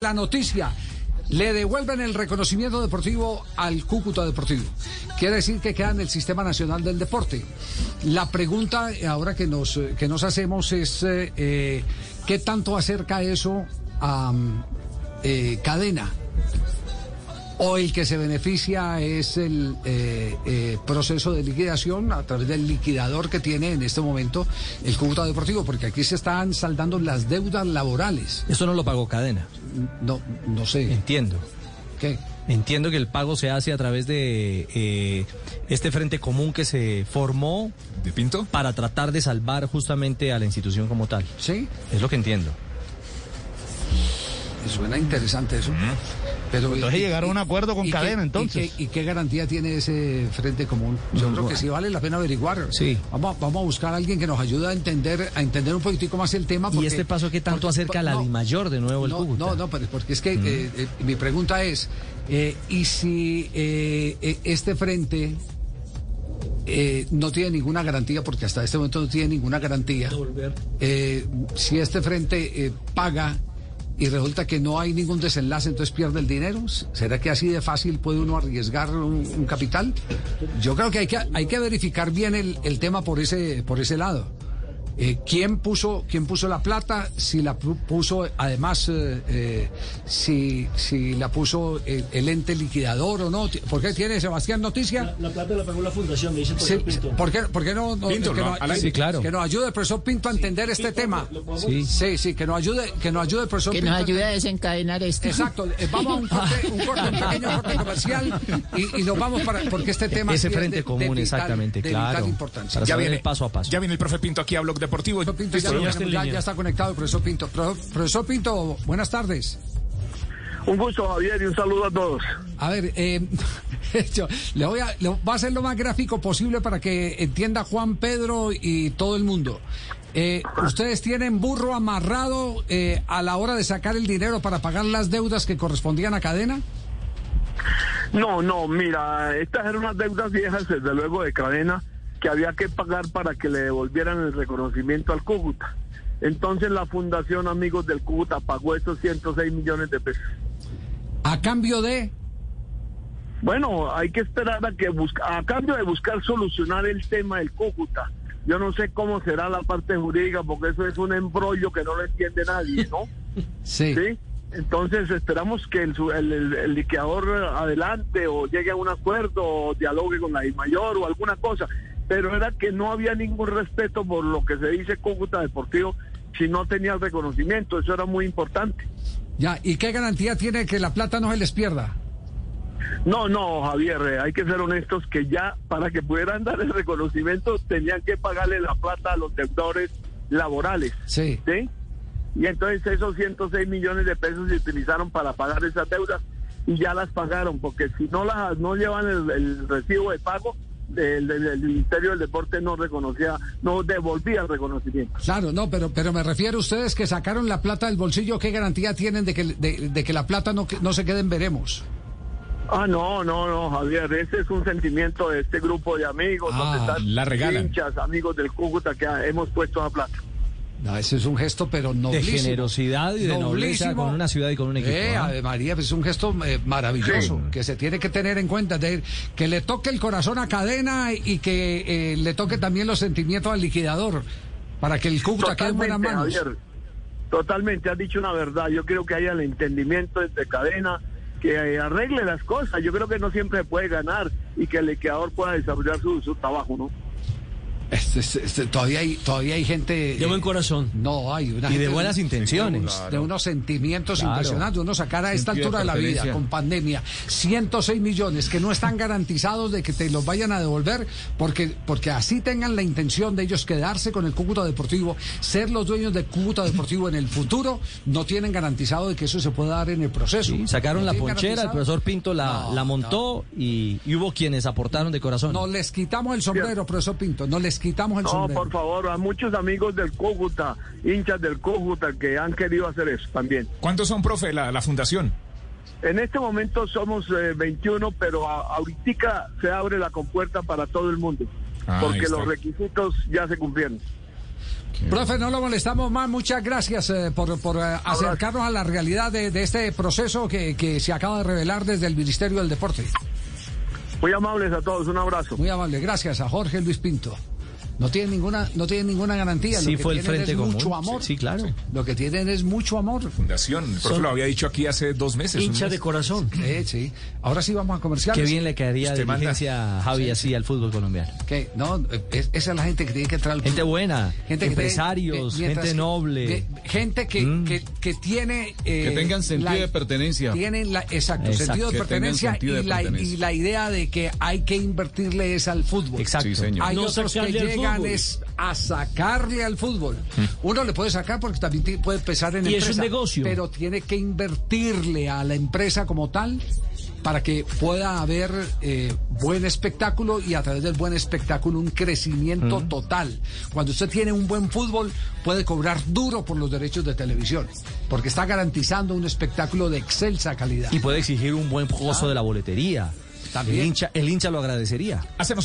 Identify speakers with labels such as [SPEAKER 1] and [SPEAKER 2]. [SPEAKER 1] La noticia. Le devuelven el reconocimiento deportivo al Cúcuta Deportivo. Quiere decir que queda en el Sistema Nacional del Deporte. La pregunta ahora que nos, eh, que nos hacemos es eh, eh, qué tanto acerca eso a mm, eh, cadena. O el que se beneficia es el eh, eh, proceso de liquidación a través del liquidador que tiene en este momento el Cúcuta Deportivo, porque aquí se están saldando las deudas laborales.
[SPEAKER 2] Eso no lo pagó cadena.
[SPEAKER 1] No, no sé.
[SPEAKER 2] Entiendo.
[SPEAKER 1] ¿Qué?
[SPEAKER 2] Entiendo que el pago se hace a través de eh, este frente común que se formó
[SPEAKER 3] ¿De Pinto?
[SPEAKER 2] para tratar de salvar justamente a la institución como tal.
[SPEAKER 1] Sí,
[SPEAKER 2] Es lo que entiendo.
[SPEAKER 1] suena interesante eso. Pero,
[SPEAKER 4] Entonces llegaron a un acuerdo con
[SPEAKER 1] y
[SPEAKER 4] Cadena,
[SPEAKER 1] qué-
[SPEAKER 4] entonces.
[SPEAKER 1] ¿Y qué, y qué garantía tiene ese frente común? Yo creo que sí vale la pena averiguar.
[SPEAKER 2] Sí.
[SPEAKER 1] Vamos, a- vamos a buscar a alguien que nos ayude a entender, a entender un poquitico más el tema.
[SPEAKER 2] ¿Y este paso qué tanto acerca a la
[SPEAKER 1] dimensión
[SPEAKER 2] Dimayor de nuevo el
[SPEAKER 1] no,
[SPEAKER 2] Cúcuta?
[SPEAKER 1] No, no, pero porque es que eh, eh, mi pregunta es, eh, ¿y si eh, eh, este frente eh, no tiene ninguna garantía, porque hasta este momento no tiene ninguna garantía, eh, si este frente eh, paga y resulta que no hay ningún desenlace, entonces pierde el dinero, ¿será que así de fácil puede uno arriesgar un, un capital? Yo creo que hay que, hay que verificar bien el, el tema por ese, por ese lado. Eh, ¿quién, puso, ¿Quién puso la plata? Si la pu- puso, además, eh, eh, si, si la puso el, el ente liquidador o no. ¿Por qué tiene Sebastián noticia?
[SPEAKER 5] La plata la pagó la fundación, me dice el
[SPEAKER 1] Sí,
[SPEAKER 5] profesor Pinto.
[SPEAKER 1] ¿Por qué, por qué no, no-
[SPEAKER 3] Pinto,
[SPEAKER 1] que,
[SPEAKER 3] ¿no?
[SPEAKER 1] nos-
[SPEAKER 3] Al
[SPEAKER 2] Pues
[SPEAKER 3] aire.
[SPEAKER 2] Sí, claro.
[SPEAKER 1] que nos ayude el profesor Pinto a entender este tema?
[SPEAKER 5] lo podemos-
[SPEAKER 1] Sí. sí, sí, que nos ayude, que nos ayude el profesor
[SPEAKER 6] que
[SPEAKER 1] Pinto
[SPEAKER 6] nos
[SPEAKER 1] a
[SPEAKER 6] ayude a desencadenar esto.
[SPEAKER 1] Exacto, eh, vamos a un corte, un corte, un pequeño corte comercial y, y nos vamos para porque este tema
[SPEAKER 2] E-, Ese
[SPEAKER 1] sí es
[SPEAKER 2] frente
[SPEAKER 1] de- de
[SPEAKER 2] común,
[SPEAKER 1] vital-
[SPEAKER 2] exactamente,
[SPEAKER 1] de
[SPEAKER 2] claro.
[SPEAKER 1] vital importancia.
[SPEAKER 2] Para saber el paso a paso.
[SPEAKER 3] Ya viene el profe Pinto aquí a Blog Deportivo.
[SPEAKER 1] Profesor Pinto, ya,
[SPEAKER 3] Listo,
[SPEAKER 1] ya-
[SPEAKER 3] ¿no?
[SPEAKER 1] ya- ya está conectado el profesor Pinto. Pro- profesor Pinto, buenas tardes.
[SPEAKER 7] Un gusto, Javier, y un saludo a todos.
[SPEAKER 1] A ver, eh, yo le voy a, le- va a ser lo más gráfico posible para que entienda Juan Pedro y todo el mundo. Eh, ustedes tienen burro amarrado eh, a la hora de sacar el dinero para pagar las deudas que correspondían a cadena.
[SPEAKER 7] No, no, mira, estas eran unas deudas viejas, desde luego, de cadena, que había que pagar para que le devolvieran el reconocimiento al Cúcuta. Entonces la Fundación Amigos del Cúcuta pagó esos 106 millones de pesos.
[SPEAKER 1] A cambio de.
[SPEAKER 7] Bueno, hay que esperar a que busca, a cambio de buscar solucionar el tema del Cúcuta. Yo no sé cómo será la parte jurídica, porque eso es un embrollo que no lo entiende nadie, ¿no? ¿sí? Entonces esperamos que el, su- el, el- el liquidador adelante o llegue a un acuerdo o dialogue con la mayor o alguna cosa, pero era que no había ningún respeto por lo que se dice Cúcuta Deportivo si no tenía el reconocimiento, eso era muy importante.
[SPEAKER 1] Ya, ¿y qué garantía tiene que la plata no se les pierda?
[SPEAKER 7] No, no, Javier, eh, hay que ser honestos que ya para que pudieran dar el reconocimiento tenían que pagarle la plata a los deudores laborales.
[SPEAKER 1] Sí.
[SPEAKER 7] ¿sí? Y entonces esos 106 millones de pesos se utilizaron para pagar esas deudas y ya las pagaron, porque si no las no llevan el, el recibo de pago, el, el- el Ministerio del Deporte no reconocía, no devolvía el reconocimiento.
[SPEAKER 1] Claro, no, pero, pero me refiero a ustedes que sacaron la plata del bolsillo, ¿qué garantía tienen de que, de, de que la plata no, que- no se quede en veremos?
[SPEAKER 7] Ah, no, no, no, Javier, ese es un sentimiento de este grupo de amigos,
[SPEAKER 1] Ah,
[SPEAKER 7] donde están
[SPEAKER 3] la regalan.
[SPEAKER 7] hinchas, amigos del Cúcuta que ah, hemos puesto a plata.
[SPEAKER 1] No, ese es un gesto, pero
[SPEAKER 2] De
[SPEAKER 1] noblísimo.
[SPEAKER 2] generosidad y de nobleza
[SPEAKER 1] Noblísimo.
[SPEAKER 2] con una ciudad y con un equipo.
[SPEAKER 1] Eh,
[SPEAKER 2] ¿ah?
[SPEAKER 1] Ave María, pues es un gesto eh, maravilloso que se tiene que tener en cuenta, de, que le toque el corazón a cadena y que eh, le toque también los sentimientos al liquidador, para que el Cúcuta quede en buenas manos.
[SPEAKER 7] Javier, totalmente, has dicho una verdad. Yo creo que haya el entendimiento entre cadena, que eh, arregle las cosas. Yo creo que no siempre se puede ganar y que el liquidador pueda desarrollar su, su trabajo, ¿no?
[SPEAKER 1] Este, este, este, todavía, hay, todavía hay gente... eh,
[SPEAKER 2] De buen corazón.
[SPEAKER 1] No, hay una
[SPEAKER 2] Y de
[SPEAKER 1] gente-
[SPEAKER 2] buenas intenciones.
[SPEAKER 1] de unos sentimientos
[SPEAKER 2] Claro.
[SPEAKER 1] impresionantes. Uno sacar a esta
[SPEAKER 3] Sentido
[SPEAKER 1] altura
[SPEAKER 3] de
[SPEAKER 1] de la vida,
[SPEAKER 3] pertenencia.
[SPEAKER 1] con pandemia, 106 millones que no están garantizados de que te los vayan a devolver, porque, porque así tengan la intención de ellos quedarse con el Cúcuta Deportivo, ser los dueños del Cúcuta Deportivo en el futuro, no tienen garantizado de que eso se pueda dar en el proceso.
[SPEAKER 2] Sí,
[SPEAKER 1] No
[SPEAKER 2] sacaron la
[SPEAKER 1] tienen
[SPEAKER 2] ponchera, el
[SPEAKER 1] garantizado.
[SPEAKER 2] profesor Pinto la,
[SPEAKER 1] No,
[SPEAKER 2] la
[SPEAKER 1] no.
[SPEAKER 2] montó y, y hubo quienes aportaron de corazón.
[SPEAKER 1] No les quitamos el sombrero, profesor Pinto, no les quitamos el
[SPEAKER 7] No,
[SPEAKER 1] sombrero.
[SPEAKER 7] por favor, a muchos amigos del Cúcuta, hinchas del Cúcuta, que han querido hacer eso también.
[SPEAKER 3] ¿Cuántos son, profe, la, la fundación?
[SPEAKER 7] En este momento somos eh, 21, pero a- ahorita se abre la compuerta para todo el mundo,
[SPEAKER 3] Ah, ahí
[SPEAKER 7] porque
[SPEAKER 3] está.
[SPEAKER 7] los requisitos ya se cumplieron.
[SPEAKER 1] Profe, no lo molestamos más. Muchas gracias eh, por, por, eh, acercarnos a la realidad de, de este proceso que, que se acaba de revelar desde el Ministerio del Deporte.
[SPEAKER 7] Muy amables a todos, un abrazo.
[SPEAKER 1] Muy amable, gracias a Jorge Luis Pinto. No tienen ninguna, no tienen ninguna garantía.
[SPEAKER 2] Sí,
[SPEAKER 1] lo que
[SPEAKER 2] fue el
[SPEAKER 1] tienen
[SPEAKER 2] Frente
[SPEAKER 1] es
[SPEAKER 2] Común.
[SPEAKER 1] mucho amor.
[SPEAKER 2] Sí, sí, claro.
[SPEAKER 1] Lo que tienen es mucho amor.
[SPEAKER 3] Fundación, el profe
[SPEAKER 2] Son
[SPEAKER 3] lo había dicho aquí hace dos meses. un
[SPEAKER 2] Hincha
[SPEAKER 3] mes.
[SPEAKER 2] de corazón.
[SPEAKER 1] Eh, sí. Ahora sí vamos a comerciales.
[SPEAKER 2] Qué bien le caería
[SPEAKER 3] Usted
[SPEAKER 2] de
[SPEAKER 3] manda.
[SPEAKER 2] diligencia a Javi así al fútbol colombiano.
[SPEAKER 1] Que, no, es- esa es la gente que tiene que entrar al
[SPEAKER 2] Gente
[SPEAKER 1] club.
[SPEAKER 2] buena,
[SPEAKER 1] que tiene-
[SPEAKER 2] empresarios,
[SPEAKER 1] eh, mientras
[SPEAKER 2] gente
[SPEAKER 1] que-
[SPEAKER 2] noble.
[SPEAKER 1] que- gente que,
[SPEAKER 2] Mm.
[SPEAKER 1] que, que tiene... eh,
[SPEAKER 4] Que tengan sentido de pertenencia.
[SPEAKER 1] Tienen la, exacto,
[SPEAKER 2] Exacto.
[SPEAKER 1] sentido de
[SPEAKER 4] Que tengan
[SPEAKER 1] pertenencia,
[SPEAKER 4] sentido de
[SPEAKER 1] y, la,
[SPEAKER 4] pertenencia.
[SPEAKER 1] y la idea de que hay que invertirle es al fútbol.
[SPEAKER 2] Exacto.
[SPEAKER 4] Sí, señor.
[SPEAKER 1] Hay
[SPEAKER 5] No
[SPEAKER 1] otros que
[SPEAKER 5] sacarle al
[SPEAKER 1] llegan
[SPEAKER 5] fútbol.
[SPEAKER 1] es a sacarle al fútbol. Uno le puede sacar porque también te- puede pesar en
[SPEAKER 5] Y es
[SPEAKER 1] empresa.
[SPEAKER 5] un negocio.
[SPEAKER 1] Pero tiene que invertirle a la empresa como tal para que pueda haber eh, buen espectáculo y a través del buen espectáculo un crecimiento total. Cuando usted tiene un buen fútbol puede cobrar duro por los derechos de televisión porque está garantizando un espectáculo de excelsa calidad.
[SPEAKER 2] Y puede exigir un buen gozo de la boletería.
[SPEAKER 1] También.
[SPEAKER 2] El hincha, el hincha lo agradecería.
[SPEAKER 3] Hacemos